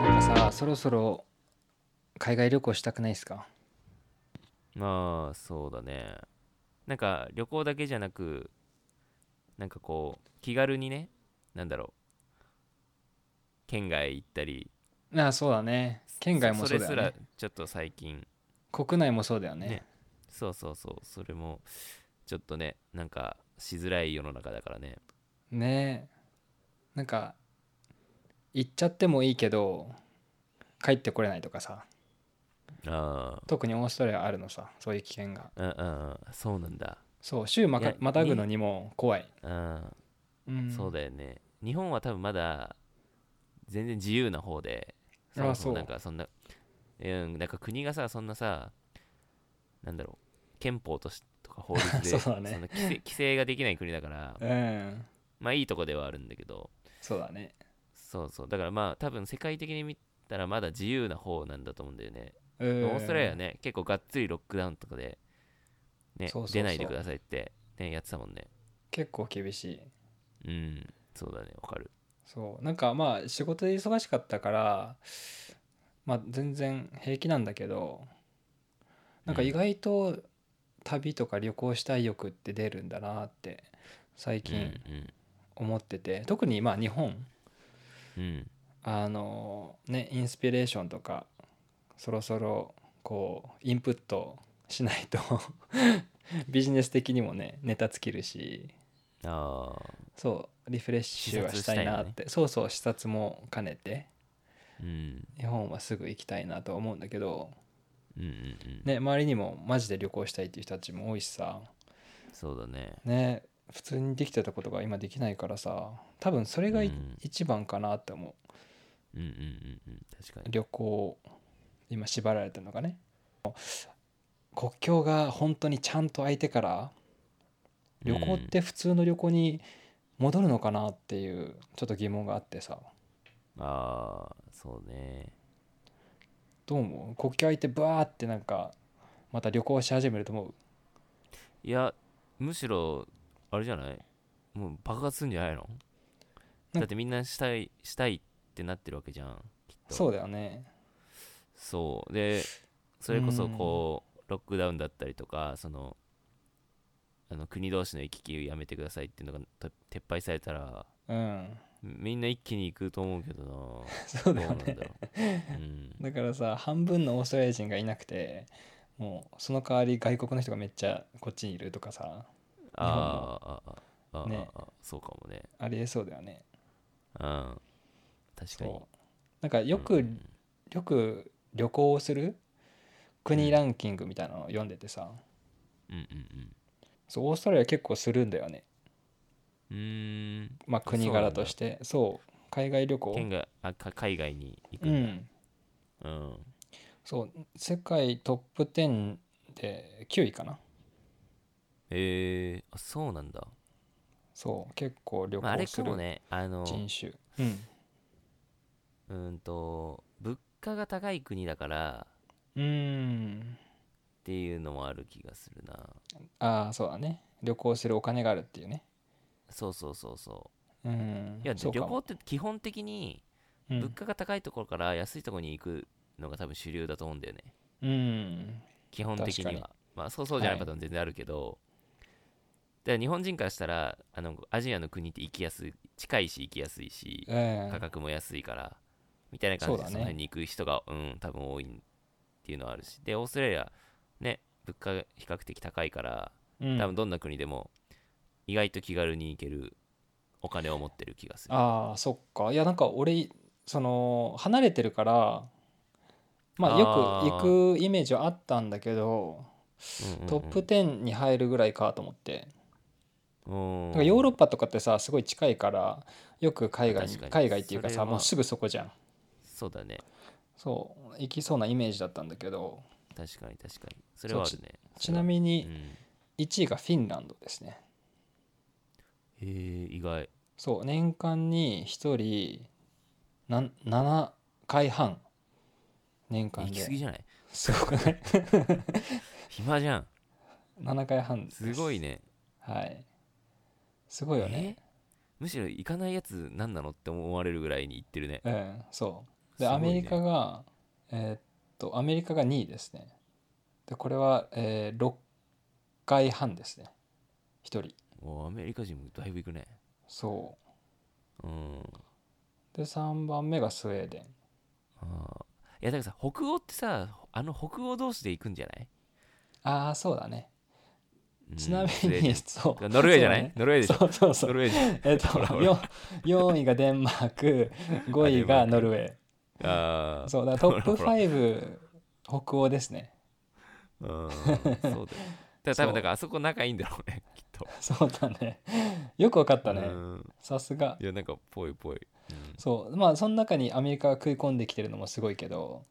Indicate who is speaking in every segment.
Speaker 1: なんかさそろそろ海外旅行したくないですか
Speaker 2: まあそうだねなんか旅行だけじゃなくなんかこう気軽にねなんだろう県外行ったり
Speaker 1: ああそうだね県外もそうだ
Speaker 2: そ
Speaker 1: よ
Speaker 2: れすら
Speaker 1: ね
Speaker 2: ちょっと最近
Speaker 1: 国内もそうだよね
Speaker 2: ねそうそうそうそれもちょっとねなんかしづらい世の中だからね
Speaker 1: ねえなんか行っちゃってもいいけど帰ってこれないとかさ
Speaker 2: あー
Speaker 1: 特にオーストラリアあるのさそういう危険が
Speaker 2: うんうんうんそうなんだ
Speaker 1: そう州ま
Speaker 2: い
Speaker 1: か
Speaker 2: や
Speaker 1: またぐのにも怖い、
Speaker 2: うん
Speaker 1: うん、
Speaker 2: そうだよね日本は多分まだ全然自由な方で
Speaker 1: あ
Speaker 2: そもそ
Speaker 1: そう
Speaker 2: もなんかそんなうんなんか国がさそんなさなんだろう憲法としとか法律 で
Speaker 1: そうだね
Speaker 2: んな規制規制ができない国だから
Speaker 1: うん
Speaker 2: まあいいとこではあるんだけど
Speaker 1: そうだね
Speaker 2: そうそうだからまあ多分世界的に見たらまだ自由な方なんだと思うんだよね
Speaker 1: オ
Speaker 2: オ
Speaker 1: ー
Speaker 2: ーストラリアね結構がっつりロックダウンとかでね
Speaker 1: そうそうそう
Speaker 2: 出ないでくださいってねやってたもんね
Speaker 1: 結構厳しい
Speaker 2: うんそうだねわかる
Speaker 1: そうなんかまあ仕事で忙しかったからまあ全然平気なんだけどなんか
Speaker 2: うん
Speaker 1: 意外と旅とか旅行したい欲って出るんだなって最
Speaker 2: うん
Speaker 1: 近思ってて、特にまあ日本
Speaker 2: うんうん
Speaker 1: あのねインスピレーションとかそろそろこうインプットしないと ビジネス的にもねネタ尽きるし
Speaker 2: ああ
Speaker 1: そうリフレッシュはしたいなって、そうそう視察も兼ねて
Speaker 2: うん
Speaker 1: 日本はすぐ行きたいなとは思うんだけど、
Speaker 2: うんうんうん
Speaker 1: ね、周りにもマジで旅行したいっていう人たちも多いしさ、
Speaker 2: そうだね
Speaker 1: ね、普通にできてたことが今できないからさ多分それがい、
Speaker 2: うん
Speaker 1: 一番かなって思
Speaker 2: うんうんうんうん確か
Speaker 1: う
Speaker 2: に
Speaker 1: 旅行今縛られてるのがね国境が本当にちゃんと相手から旅行って普通の旅行に戻るのかなっていうちょっと疑問があってさ
Speaker 2: ああそうね
Speaker 1: どう思う国境相手バーってなんかまた旅行し始めると思う
Speaker 2: いやむしろあれじゃないもう爆発するんじゃないの
Speaker 1: な
Speaker 2: だってみんなしたいしたいってなってるわけじゃんきっと
Speaker 1: そうだよね
Speaker 2: そうでそれこそこうロックダウンだったりとかそのあの国同士の行き来をやめてくださいっていうのがと撤廃されたら
Speaker 1: うん
Speaker 2: みんな一気に行くと思うけど
Speaker 1: そう
Speaker 2: な
Speaker 1: だよ
Speaker 2: どうなん
Speaker 1: ね
Speaker 2: だろう、うん、
Speaker 1: だからさ半分のオーストラリア人がいなくてもうその代わり外国の人がめっちゃこっちにいるとかさ本
Speaker 2: あーあーあーあー、
Speaker 1: ね
Speaker 2: あーそうかもね。
Speaker 1: ありえそうだよね
Speaker 2: うん。確かに。
Speaker 1: そうなんかよく、
Speaker 2: うん
Speaker 1: よく旅行をする国ランキングみたいなのを読んでてさ
Speaker 2: うんうん
Speaker 1: そうオーストラリア結構するんだよね
Speaker 2: うん。うーん。
Speaker 1: まあ国柄としてそう海外旅行
Speaker 2: 県外あか海外に行く
Speaker 1: うん
Speaker 2: だ。
Speaker 1: ん
Speaker 2: うん。
Speaker 1: そう世界トップ10で9位かな
Speaker 2: えー、あそうなんだ。
Speaker 1: そう結構旅
Speaker 2: まあ、あれ
Speaker 1: 行す
Speaker 2: か
Speaker 1: る
Speaker 2: もね、あの、
Speaker 1: 人種、うん
Speaker 2: うーんと、物価が高い国だからっ
Speaker 1: うーん
Speaker 2: ていうのもある気がするな。
Speaker 1: ああそうだね旅行するお金があるっていうね
Speaker 2: そうそうそうそ
Speaker 1: うん
Speaker 2: う。いや、
Speaker 1: そ
Speaker 2: 旅
Speaker 1: うかも
Speaker 2: 行って基本的に
Speaker 1: うん
Speaker 2: 物価が高いところから安いところに行くのが多分主流だと思うんだよね。
Speaker 1: うん
Speaker 2: 基本的
Speaker 1: 確
Speaker 2: に
Speaker 1: かに
Speaker 2: はまあそうそうじゃ
Speaker 1: は
Speaker 2: ない
Speaker 1: い
Speaker 2: パターン全然あるけど、だから日本人からしたらあのアジアの国って行きやすい近いし行きやすいし
Speaker 1: うん
Speaker 2: 価格も安いからみたいな感じで
Speaker 1: そうだね
Speaker 2: その辺に行く人がう,、ん多分多いっていうのはあるしでオーストラリアね物価が比較的高いから
Speaker 1: うん
Speaker 2: 多分どんな国でも意外と気軽に行けるお金を持ってる気がする
Speaker 1: ああそっかいやなんか俺その離れてるからまあよ
Speaker 2: あー
Speaker 1: く行くイメージはあったんだけど
Speaker 2: うんうんうん
Speaker 1: トップ10に入るぐらいかと思って
Speaker 2: うん
Speaker 1: なんかヨーロッパとかってさすごい近いからよく海外に
Speaker 2: 確かに
Speaker 1: 海外っていうか
Speaker 2: それ
Speaker 1: さ
Speaker 2: は
Speaker 1: もうすぐそこじゃん
Speaker 2: そうだね
Speaker 1: そう行きそうなイメージだったんだけど
Speaker 2: 確かに確かにそれはあるね
Speaker 1: ちな
Speaker 2: に、
Speaker 1: み
Speaker 2: う
Speaker 1: に
Speaker 2: んへ
Speaker 1: 1位がフィンランドですね
Speaker 2: え意外
Speaker 1: そう年間に1人なん7回半年間
Speaker 2: 行き過ぎ
Speaker 1: で
Speaker 2: じゃない
Speaker 1: すごくない
Speaker 2: 暇じゃん
Speaker 1: 7回半です
Speaker 2: すごいね
Speaker 1: はいすごいよね
Speaker 2: えむしろ行かないやつ何なのって思われるぐらいに行ってるね
Speaker 1: うんそで、
Speaker 2: すごい
Speaker 1: ア
Speaker 2: ね
Speaker 1: メリカがえーっとアメリカが2位ですねでこれは、えー6回半ですね1人
Speaker 2: もうアメリカ人もだいぶいくね
Speaker 1: そ
Speaker 2: うん
Speaker 1: うで3番目がスウェーデン
Speaker 2: ああいやだからさ北欧ってさあの北欧同士で行くんじゃない、
Speaker 1: ああそうだね
Speaker 2: うん
Speaker 1: ちなみ
Speaker 2: スウェーデ
Speaker 1: に
Speaker 2: ン
Speaker 1: そう
Speaker 2: ノルウェーじゃない、
Speaker 1: そうね
Speaker 2: ノルウェーでしょ
Speaker 1: そうそうそ
Speaker 2: ノ
Speaker 1: う
Speaker 2: ルウェーじ
Speaker 1: えっと
Speaker 2: ほらほら
Speaker 1: 4, 4位がデンマー ク5位が
Speaker 2: あデンマーク
Speaker 1: ノルウェ
Speaker 2: ゃんあ
Speaker 1: ー
Speaker 2: あ
Speaker 1: そうだからトップ
Speaker 2: ほらほら
Speaker 1: 5北欧ですね
Speaker 2: うんそうだよだから多
Speaker 1: そう
Speaker 2: 分だからあそこ仲いいんだろうねきっと
Speaker 1: そうだねよくわかったね
Speaker 2: うん
Speaker 1: さすが
Speaker 2: いやなんかぽいぽい、うん
Speaker 1: そうまあその中にアメリカが食い込んできてるのもすごいけど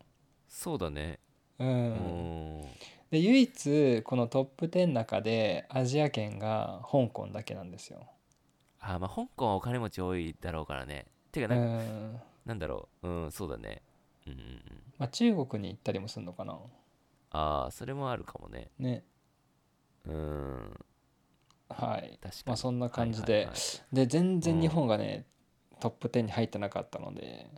Speaker 2: そうだね
Speaker 1: うん、
Speaker 2: うん
Speaker 1: で唯一このトップ10の中でアジア圏が香港だけなんですよ
Speaker 2: あーまあ香港はお金持ち多いだろうからねてか
Speaker 1: う
Speaker 2: なん,、
Speaker 1: ん、
Speaker 2: なんだろううんそうだねうんうんうん
Speaker 1: まあ、中国に行ったりもするのかな
Speaker 2: ああそれもあるかもね
Speaker 1: ね
Speaker 2: うん
Speaker 1: はい
Speaker 2: 確かに
Speaker 1: まあそんな感じ
Speaker 2: はいはい
Speaker 1: で
Speaker 2: はい
Speaker 1: で全
Speaker 2: う
Speaker 1: 然
Speaker 2: ん
Speaker 1: 日本がね、トップ10に入ってなかったので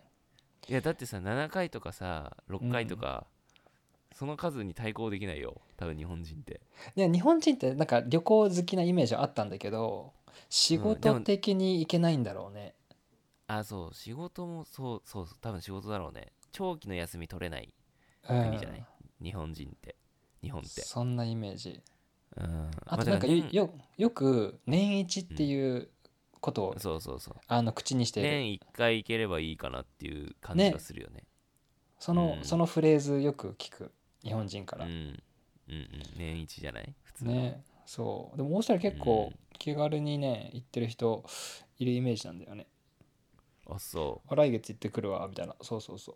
Speaker 2: いやだってさ7回とかさ6回とか、その数に対抗できないよ多分日本人って
Speaker 1: で日本人ってなんか旅行好きなイメージはあったんだけど仕
Speaker 2: で
Speaker 1: 事
Speaker 2: も
Speaker 1: 的に行けないんだろうね、
Speaker 2: あそう仕事もそうそうそう多分仕事だろうね長期の休み取れない
Speaker 1: うん
Speaker 2: 国じゃない、日本人って日本って
Speaker 1: そんなイメージ
Speaker 2: うん
Speaker 1: あ
Speaker 2: ま
Speaker 1: となんかよ
Speaker 2: だら
Speaker 1: よよく年一っていうことを、
Speaker 2: そうそうそう
Speaker 1: あの口にしている、
Speaker 2: 年1回行ければいいかなっていう感じ
Speaker 1: ね
Speaker 2: がするよね
Speaker 1: その、
Speaker 2: うん
Speaker 1: そのフレーズよく聞く日本人から、
Speaker 2: うんうんうん年1じゃない普通は
Speaker 1: ねそうでもオーストラリア結構
Speaker 2: うん
Speaker 1: 気軽にね行ってる人いるイメージなんだよね
Speaker 2: あそう
Speaker 1: あ来月行ってくるわみたいなそうそうそう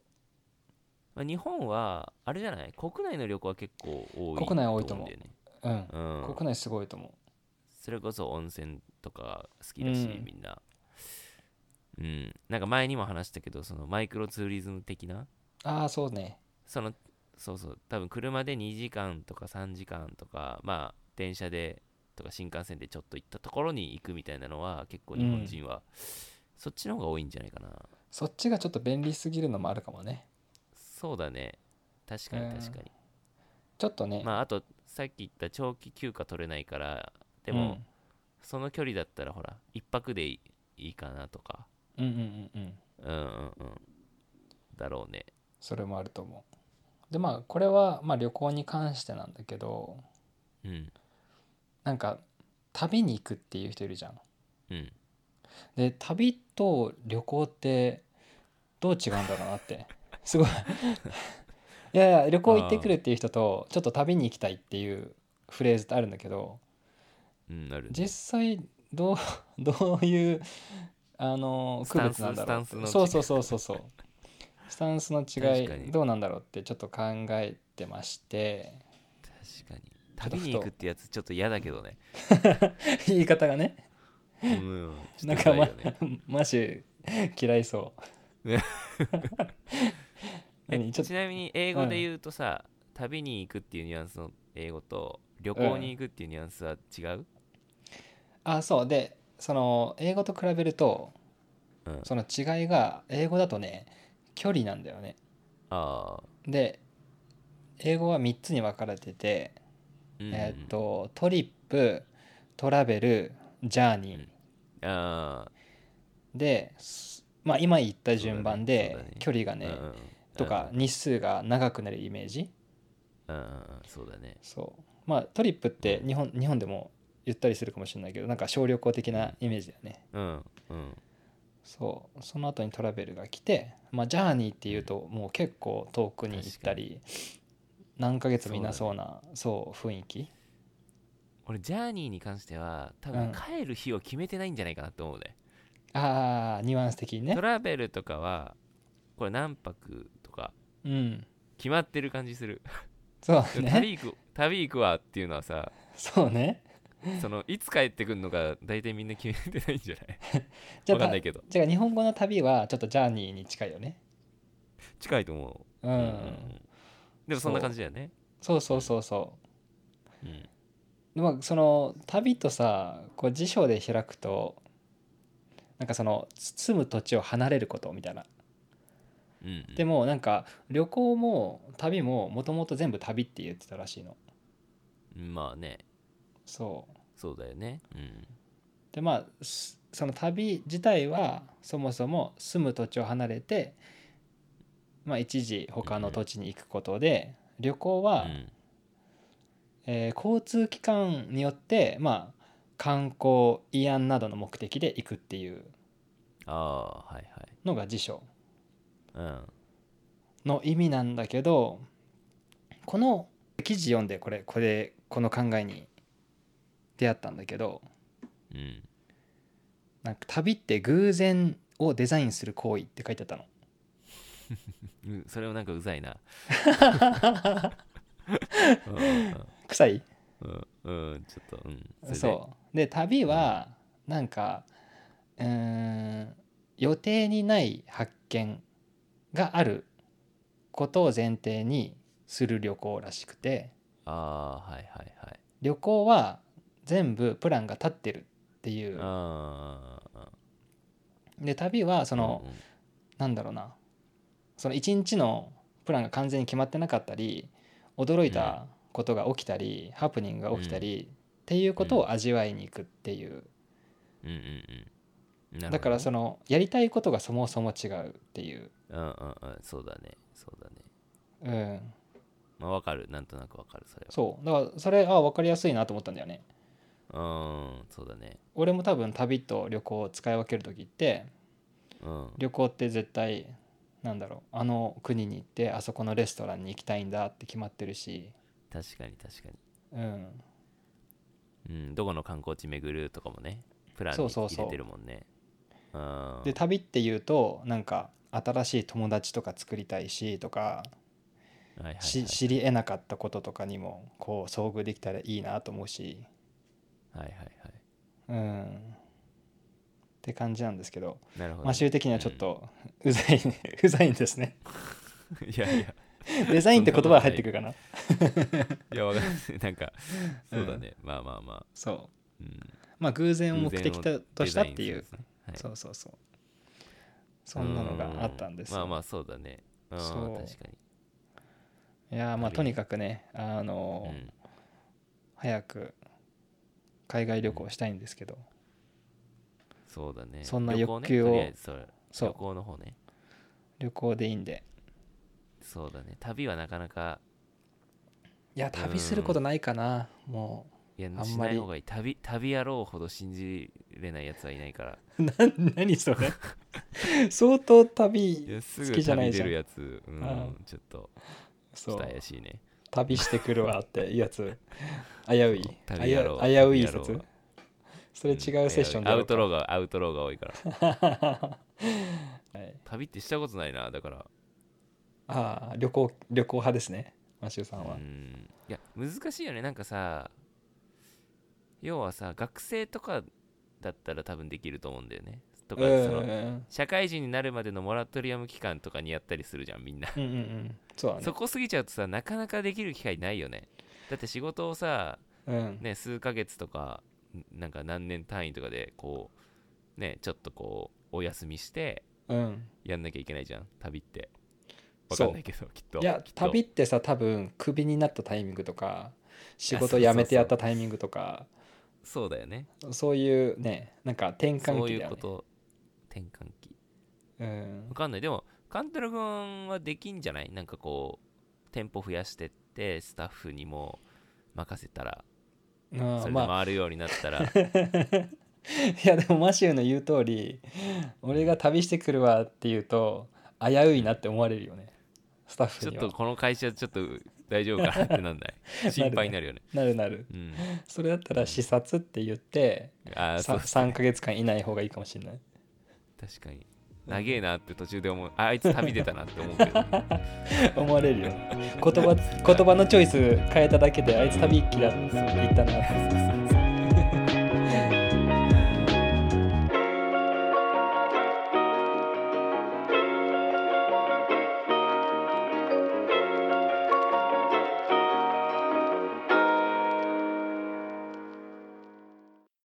Speaker 2: まあ、日本はあれじゃない国内の旅行は結構多い
Speaker 1: 国内多いと思
Speaker 2: 思
Speaker 1: う
Speaker 2: うんだよね
Speaker 1: うん、
Speaker 2: うん、
Speaker 1: 国内すごいと思
Speaker 2: それこそ温泉とか好きだし、
Speaker 1: うん
Speaker 2: みんなうんなんか前にも話したけどそのマイクロツーリズム的な
Speaker 1: うああそうね
Speaker 2: そのそうそう多分車で2時間とか3時間とかまあ電車でとか新幹線でちょっと行ったところに行くみたいなのは結構日本人は、そっちの方が多いんじゃないかな
Speaker 1: そっちがちょっと便利すぎるのもあるかもね
Speaker 2: そうだね確かに確かに、
Speaker 1: ちょっとね、
Speaker 2: まああとさっき言った長期休暇取れないからでも、その距離だったらほら一泊でいいいかなとか
Speaker 1: うん、うんうんうんうん
Speaker 2: うんうんうんだろうね
Speaker 1: それもあると思うでまあこれは、まあ、旅行に関してなんだけど
Speaker 2: うん
Speaker 1: なんか旅に行くっていう人いるじゃん
Speaker 2: うん
Speaker 1: で旅と旅行ってどう違うんだろうなって すごいいやいや旅行行ってくるっていう人とちょっと旅に行きたいっていうフレーズってあるんだけど
Speaker 2: うんなるね
Speaker 1: 実際どう どういうあの
Speaker 2: ス
Speaker 1: 区
Speaker 2: タン
Speaker 1: 別
Speaker 2: ス
Speaker 1: なんだろう
Speaker 2: スタンスの違い
Speaker 1: そうそうそうそうそうスタンスの
Speaker 2: 確か
Speaker 1: 違い
Speaker 2: に
Speaker 1: どうなんだろうってちょっと考えてまして
Speaker 2: 確かに旅に行くってやつちょっと嫌だけどね
Speaker 1: 言い方がね
Speaker 2: うんちょ
Speaker 1: な
Speaker 2: っ
Speaker 1: ん
Speaker 2: と
Speaker 1: か
Speaker 2: 嫌
Speaker 1: ま
Speaker 2: だよね
Speaker 1: マシュ嫌いそう。
Speaker 2: ね
Speaker 1: 何ちょっ
Speaker 2: ちなみに英語で言うとさ旅に行くっていうニュアンスの英語と旅行に行くっていうニュアンスは違
Speaker 1: と
Speaker 2: う
Speaker 1: あそうでその英語と比べると
Speaker 2: うん
Speaker 1: その違いが英語だとね距離なんだよね。
Speaker 2: ああ
Speaker 1: で英語は3つに分かれてて、
Speaker 2: うん
Speaker 1: えーっとトリップトラベルジャーニー、
Speaker 2: うんああ
Speaker 1: ですまあ今言った順番で
Speaker 2: そうだねそうだね
Speaker 1: 距離がね
Speaker 2: うんうん
Speaker 1: とか
Speaker 2: うん
Speaker 1: 日数が長くなるイメージ。
Speaker 2: うんうんそうだね
Speaker 1: そうまあトリップって日本,、日本でも言ったりするかもしれないけどなんか小旅行的なイメージだよね、
Speaker 2: うんうん
Speaker 1: そうその後にトラベルが来て、まあ、ジャーニーっていうともう結構遠くに行ったり何ヶ月もいなそうなそう,、雰囲気
Speaker 2: 俺ジャーニーに関しては多
Speaker 1: うん
Speaker 2: 分帰る日を決めてないんじゃないかなと思うね、
Speaker 1: あーニュアンス的にね
Speaker 2: トラベルとかはこれ何泊とか
Speaker 1: うん
Speaker 2: 決まってる感じする、
Speaker 1: そうね
Speaker 2: 旅行く旅行くわっていうのはさ
Speaker 1: そうね
Speaker 2: そのいつ帰ってくるのか大体みんな決めてないんじゃない
Speaker 1: じゃ
Speaker 2: わかん
Speaker 1: あ
Speaker 2: ないけど
Speaker 1: じゃあ日本語の旅はちょっとジャーニーに近いよね
Speaker 2: 近いと思
Speaker 1: う
Speaker 2: う、
Speaker 1: ん、
Speaker 2: うでもそんな感じだよね
Speaker 1: そうそうそうそう
Speaker 2: うん
Speaker 1: でまあその旅とさこう辞書で開くとなんかその住む土地を離れることみたいな
Speaker 2: うんうん
Speaker 1: でもなんか旅行も旅ももともと全部旅って言ってたらしいの
Speaker 2: まあね
Speaker 1: そう
Speaker 2: そうだよねうん
Speaker 1: でまあすその旅自体はそもそも住む土地を離れて、まあ、一時他の土地に行くことで、旅行は、
Speaker 2: うん
Speaker 1: えー交通機関によって、まあ、観光慰安などの目的で行くっていう
Speaker 2: ああはいはい
Speaker 1: のが辞書
Speaker 2: うん
Speaker 1: の意味なんだけどこの記事読んでこれこれこの考えに出会ったんだけど
Speaker 2: うん
Speaker 1: なんか旅って偶然をデザインする行為って書いてあったの。
Speaker 2: うんそれもなんかうざい なうんうん
Speaker 1: 臭い
Speaker 2: うん、うん、ちょっとうんれで
Speaker 1: そうで旅はなんかうーん予定にない発見があることを前提にする旅行らしくて
Speaker 2: ああはいはいはい
Speaker 1: 旅行は全部プランが立ってるっていう
Speaker 2: ああ
Speaker 1: で旅はその、なんだろうなその一日のプランが完全に決まってなかったり驚いたことが起きたり、ハプニングが起きたり、っていうことを味わいに行くっていう
Speaker 2: うんうんうんうん
Speaker 1: だからそ
Speaker 2: の
Speaker 1: のやりたいことがそもそも違うっていう、
Speaker 2: うんうんうんそうだねそうだね
Speaker 1: うん、
Speaker 2: まあわかるなんとなくわかるそれ
Speaker 1: そうだからそれあ分かりやすいなと思ったんだよね
Speaker 2: はうんそうだね
Speaker 1: 俺も多分旅と旅行を使い分ける時って
Speaker 2: うん
Speaker 1: 旅行って絶対なんだろうあの国に行ってあそこのレストランに行きたいんだって決まってるし、
Speaker 2: 確かに確か
Speaker 1: うん、
Speaker 2: にうんどこの観光地巡るとかもねプラン
Speaker 1: そ
Speaker 2: に
Speaker 1: うそう
Speaker 2: 入
Speaker 1: そう
Speaker 2: れてるもんねうん
Speaker 1: で旅っていうとなんか新しい友達とか作りたいしとか
Speaker 2: はいはいはい
Speaker 1: し知り得なかったこととかにもこう遭遇できたらいいなと思うし
Speaker 2: はいはいは
Speaker 1: うんって感じなんですけど
Speaker 2: いなるほど
Speaker 1: まあ、
Speaker 2: ね
Speaker 1: 週的にはちょっとうざい、 うざいんですね。
Speaker 2: いやいや
Speaker 1: デザインって言葉が入ってくるかな。
Speaker 2: いやわかんないなんかそうだねまあまあまあ
Speaker 1: そ
Speaker 2: うん
Speaker 1: う。まあ偶然を目
Speaker 2: 偶
Speaker 1: 的
Speaker 2: 然を
Speaker 1: だとしたっていう
Speaker 2: デ。ザインするんですね
Speaker 1: そ
Speaker 2: はいう
Speaker 1: そうそう。そんなのがあったんです。
Speaker 2: うまあまあそうだねうん確
Speaker 1: そう
Speaker 2: かに
Speaker 1: いやーまあ
Speaker 2: 旅ね
Speaker 1: とにかくね、あのー
Speaker 2: うん
Speaker 1: 早く海外旅行したいんですけど、
Speaker 2: そうだね。
Speaker 1: そんな
Speaker 2: 旅行
Speaker 1: 欲求を
Speaker 2: ね、とりあえずそれ
Speaker 1: そう
Speaker 2: 旅行の方ね。
Speaker 1: 旅行でいいんで。
Speaker 2: そうだね。旅はなかなか、
Speaker 1: いや、旅することないかな、も
Speaker 2: いや、
Speaker 1: んまり
Speaker 2: しない方がいい。旅、旅やろうほど信じれないやつはいないから。
Speaker 1: う。な 何それ相当
Speaker 2: いや、
Speaker 1: 旅
Speaker 2: すぐ
Speaker 1: 好きじゃな
Speaker 2: 旅
Speaker 1: いじ
Speaker 2: 出
Speaker 1: ゃん
Speaker 2: るやつ、うん、
Speaker 1: あ
Speaker 2: ちょっと、ち
Speaker 1: そ
Speaker 2: ょっ
Speaker 1: う
Speaker 2: と怪しいね。
Speaker 1: 旅してくるわっていうやつ危うい
Speaker 2: 旅野郎
Speaker 1: 危うい
Speaker 2: 旅野郎
Speaker 1: 説それ違うセッション
Speaker 2: だ
Speaker 1: だ
Speaker 2: ア
Speaker 1: ろ
Speaker 2: ウ
Speaker 1: うか
Speaker 2: トローが、アウトローが多 いから。
Speaker 1: はい、
Speaker 2: 旅ってしたことないな、だから。
Speaker 1: ああ旅行旅行派ですねマシューさんは、
Speaker 2: うん。いや、難しいよね。なんかさ、要はさ、学生とかだったら多分できると思うんだよね。とか、その、
Speaker 1: ん
Speaker 2: 社会人になるまでのモラトリアム期間とかにやったりするじゃん、みんな。
Speaker 1: うんうんうんそうだね
Speaker 2: そこ過ぎちゃうとさなかなかできる機会ないよねだって仕事をさ、
Speaker 1: うん、
Speaker 2: ね、数ヶ月とかんなんか何年単位とかでこうねちょっとこうお休みして
Speaker 1: うん、
Speaker 2: やんなきゃいけないじゃん旅ってわかんないけどきっと
Speaker 1: いや
Speaker 2: きっと
Speaker 1: 旅ってさ多分クビになったタイミングとか仕
Speaker 2: そうそ
Speaker 1: 事
Speaker 2: うそう
Speaker 1: 辞めてやったタイミングとか
Speaker 2: そうだよね
Speaker 1: そういうねなんか転換
Speaker 2: そう
Speaker 1: 期
Speaker 2: い
Speaker 1: だよ
Speaker 2: うこ
Speaker 1: ね
Speaker 2: と転換期
Speaker 1: うん
Speaker 2: わかんないでもカントラ君はできんじゃないなんかこう店舗増やしてってスタッフにも任せたら
Speaker 1: あ
Speaker 2: そ
Speaker 1: あ
Speaker 2: れ
Speaker 1: ま
Speaker 2: で
Speaker 1: あ
Speaker 2: 回るようになったら、
Speaker 1: いやでもマシューの言う通り俺が旅してくるわって言うと危ういなって思われるよねスタッフ
Speaker 2: ちょっ
Speaker 1: には
Speaker 2: とこの会社ちょっと大丈夫かなってなんない心配になるよね
Speaker 1: なるなる
Speaker 2: うん、
Speaker 1: それだったら視察って言って
Speaker 2: ああそう
Speaker 1: 3か月間いない方がいいかもしれない
Speaker 2: 確かに長えなって途中で思うああいつ旅出たなって思うけど、
Speaker 1: 思われるよ言葉言葉のチョイス変えただけであいつ旅行きだって言ったなって
Speaker 2: そうそうそう